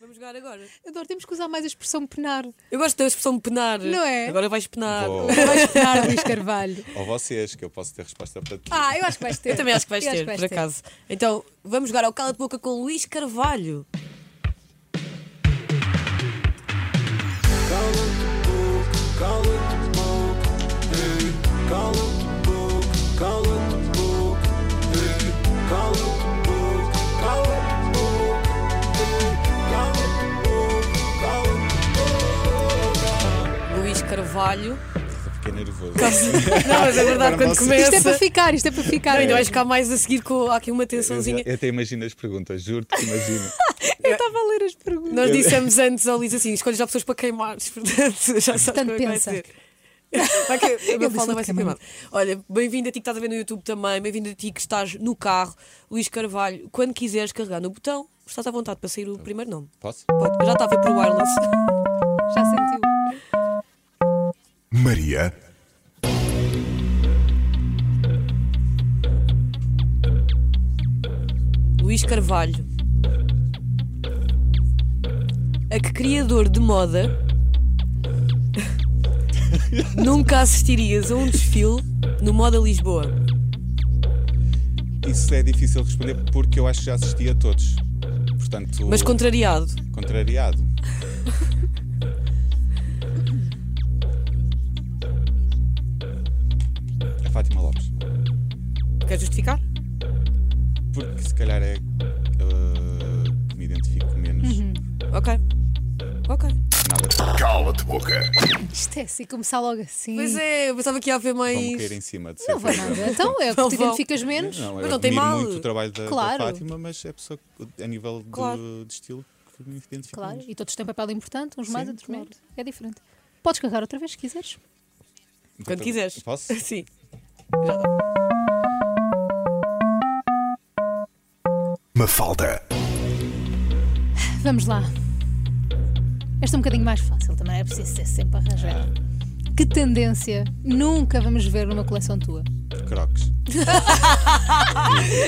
Vamos jogar agora. Adoro, temos que usar mais a expressão penar. Eu gosto da expressão penar. Não é? Agora vais penar. Vou- Vais penar, Luís Carvalho. Ou vocês, que eu posso ter resposta para ti. Ah, eu acho que vais ter. Eu também acho que vais Eu ter, por acaso. Então, vamos jogar ao Cala de Boca com o Luís Carvalho. Luís Carvalho. Fiquei nervoso. Não, mas é verdade, Agora quando posso- começa. Isto é para ficar, isto é para ficar. Ainda vais ficar mais a seguir com há aqui uma tensãozinha. Eu até imagino as perguntas, juro-te que imagino. Eu estava a ler as perguntas. Nós dissemos antes ao Luís assim: escolhe já pessoas para queimares, portanto, já sabes Portanto, como é que vai pensa. ser. Vai que a minha disse fala vai muito ser queimada. queimado. Olha, bem-vindo a ti que estás a ver no YouTube também, bem-vindo a ti que estás no carro, Luís Carvalho. Quando quiseres carregar no botão, estás à vontade para Tá sair o primeiro nome. Posso? Pode. Já está a ver para o wireless. Já sentiu. Maria, Luís Carvalho. A que criador de moda nunca assistirias a um desfile no Moda Lisboa? Isso é difícil de responder porque eu acho que já assisti a todos. Portanto, Mas contrariado. contrariado. A Fátima Lopes. Quer justificar? Porque se calhar é uh, que me identifico menos. Uhum. Ok. Ok. Nada. cala-te boca. Isto é assim, começar logo assim. Pois é, eu pensava que ia haver mais. Vão-me cair em cima de Não vai certeza. nada. Então é o que Não te vão. identificas menos. Não, é- Mas eu não tem admiro mal. muito o trabalho da, da Claro. Fátima, mas é a pessoa que, a nível do- Claro. de estilo que me identifica. Claro, menos. e todos têm um papel importante, uns mais, Sim, outros menos. É diferente. Podes carregar outra vez se quiseres. Vou Quando tra- quiseres. Posso? Sim. Mafalda, Vamos lá. Esta é um bocadinho mais fácil também, é preciso ser sempre arranjar. Que tendência nunca vamos ver numa coleção tua? Crocs.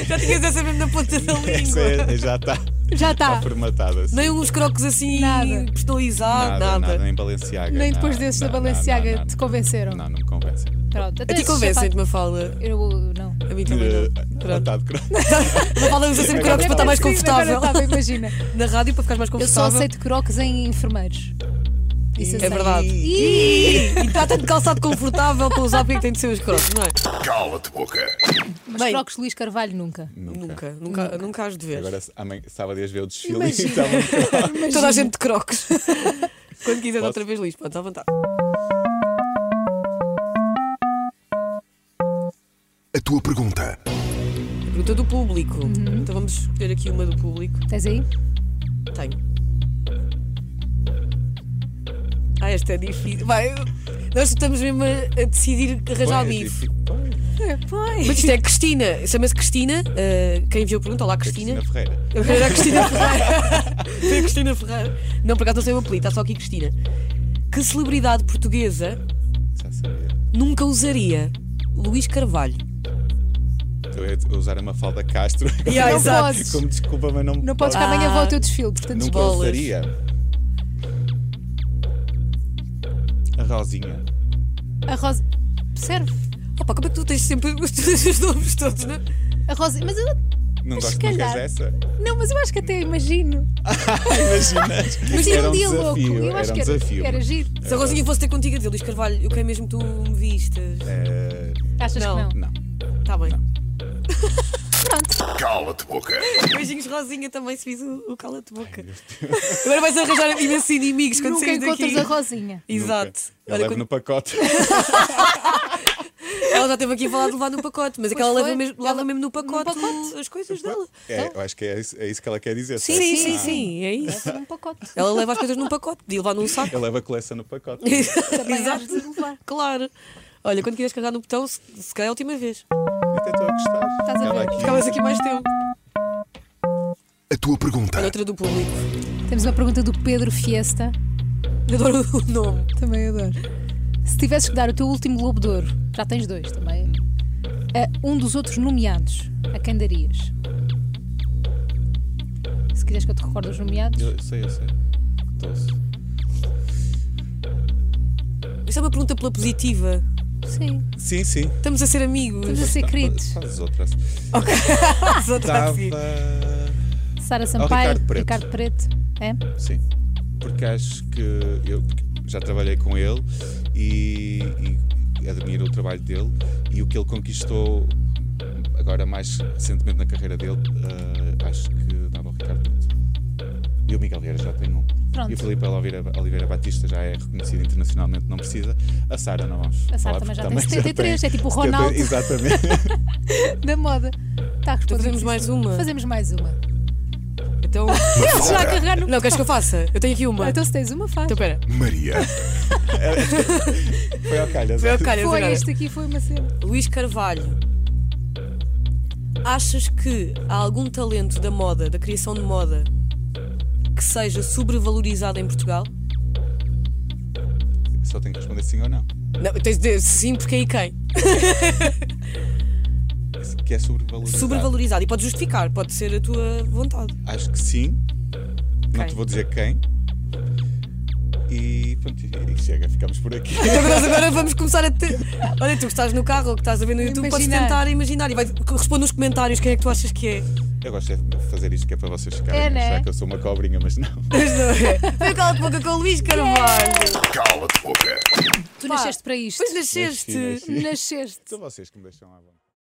Já tinhas essa mesmo na ponta da Essa língua. é- já está Já está. formatada. assim. Nem uns crocos assim Nada. personalizados, nada. nem Balenciaga. Nem depois nada, desses da não, não, Balenciaga não, não, te não. convenceram. Não, não me convencem. Pronto, até A ti esses convencem-te, sapatos- Mafalda. Eu não. A mim também não. Pronto. Está Eh, de Crocs. Mafalda usa sempre crocos para estar mais Agora confortável. estava, imagina. Na rádio para ficar mais Eu só confortável. aceito croques em enfermeiros. Isso É aceito. verdade. E está tanto calçado confortável para usar porque tem de ser os crocos, não é? Cala-te boca. Mas Bem. croques Luís Carvalho nunca. Nunca, nunca, nunca, has de ver. Agora amanhã, sábado ias ver o desfile Imagina. e estavam de Crocs. Toda a gente de crocos. Quando quiser Posso? outra vez, Luís, pode à vontade. A tua pergunta. Pergunta do público. Então vamos escolher aqui uma do público. Tens aí? Tenho. Ah, esta é difícil. Vai, nós estamos mesmo a, a decidir arranjar o Bem, é bife. tipo, pá, Mas isto é Cristina, chama-se Cristina. ah, quem enviou a pergunta, olá Cristina. Cristina Ferreira. Eu quero era a Cristina Ferreira. Foi a Cristina Ferreira. Não, por acaso não sei o apelido, está só aqui Cristina. Que celebridade portuguesa Já sabia. nunca usaria Luís Carvalho? Eu ia usar a Mafalda Castro. Yeah, não exato. podes. Como desculpa, mas não Não podes, que posso. amanhã Ah. vou ao teu desfile, portanto Nunca bolas. usaria. A Rosinha. A Rosa. Serve. Opa, como é que tu tens sempre os teus os nomes todos, não é? A Rosa. Mas eu. Não Mas gosto se que calhar. dessa. Não, mas eu acho que até imagino. Imaginas? Mas era era um dia desafio, louco. Eu era acho um que era, desafio. era giro. Se a Rosinha fosse ter contigo a dizer, Luís Carvalho, eu quero mesmo que tu me vistas. Eh, Achas Não. que não? não. Está bem. Pronto. Cala-te boca. Beijinhos, Rosinha, também se fiz o, o cala-te boca. Agora vais arranjar imensos inimigos quando Nunca saís encontras daqui. a Rosinha. Exato. Nunca. Eu Olha, levo quando- no pacote. Ela já esteve aqui a falar de levar no pacote, mas é que ela Pois leva foi. mesmo, leva Ela- mesmo no no pacote, pacote. as coisas dela. É, eu acho que é isso, é isso que ela quer dizer. Sim, certo? sim, sim, sim, é isso. Leva num um pacote. Ela leva as coisas num pacote, de levar num saco. Ah, Eu levo a coleção no pacote. Também hás de levar. Claro. Olha, quando quiseres carregar no botão, se, se calhar é a última vez. Eu até estou a gostar. Estás a Ela ver? aqui. Ficavas aqui mais tempo. A tua Olha, pergunta. outra do público. Temos uma pergunta do Pedro Fiesta. Eu Adoro o nome. Também adoro. Se tivesses que dar o teu último Globo de Ouro, já tens dois também, a um dos outros nomeados, a quem darias? Se quiseres que eu te recorde os nomeados. Eu sei, eu sei. Doce. Isto é uma pergunta pela positiva. Sim. Sim, sim. Estamos a ser amigos. Estamos a ser queridos. Fazes outra. As outras a Estava. seguir. Sara Sampaio, Ricardo Ricardo Preto. Preto. É? Sim. Porque acho que eu já trabalhei com ele e, e admiro o trabalho dele e o que ele conquistou agora mais recentemente na carreira dele, ah, acho que dava ao Ricardo Preto. E o Miguel Vieira já tem um. Pronto. E o Felipe Oliveira, Oliveira Batista já é reconhecido internacionalmente, não precisa. A Sara não vamos. A Sara falar, também já porque tem 73, tem é tipo o 70, Ronaldo. Exatamente. Da moda. Está Então respondido. fazemos sim, mais senhor. uma. Tá, Fazemos mais uma. Então. Ele já a carregar no. Não, queres que eu faça? Eu tenho aqui uma. Ah, Então Então se tens uma, faz. espera. Maria. Foi ao calhas. Foi ao calhas foi, agora. este aqui foi uma cena. Luís Carvalho. Achas que há algum talento da moda, da criação de moda, que seja sobrevalorizado em Portugal? Só tenho que responder sim ou não. Não, tens de dizer sim, porque aí quem? Que é sobrevalorizado. Sobrevalorizado. E pode justificar, pode ser a tua vontade. Acho que sim. Não Quem? te vou dizer quem. E pronto, e chega, ficamos por aqui. Então nós agora vamos começar a ter. Olha, tu que estás no carro ou que estás a ver no YouTube, podes Imaginar. tentar imaginar e vai... responde nos comentários quem é que tu achas que é. Eu gosto é de fazer isto que é para vocês ficarem É, a achar né? que eu sou uma cobrinha, mas não. Mas não é. Foi cala de boca com o Luís Carvalho. Cala-te boca. Tu Pá, nasceste para isto. Pois nasceste. Nasci, nasci. Nasceste. São vocês que me deixam à vontade.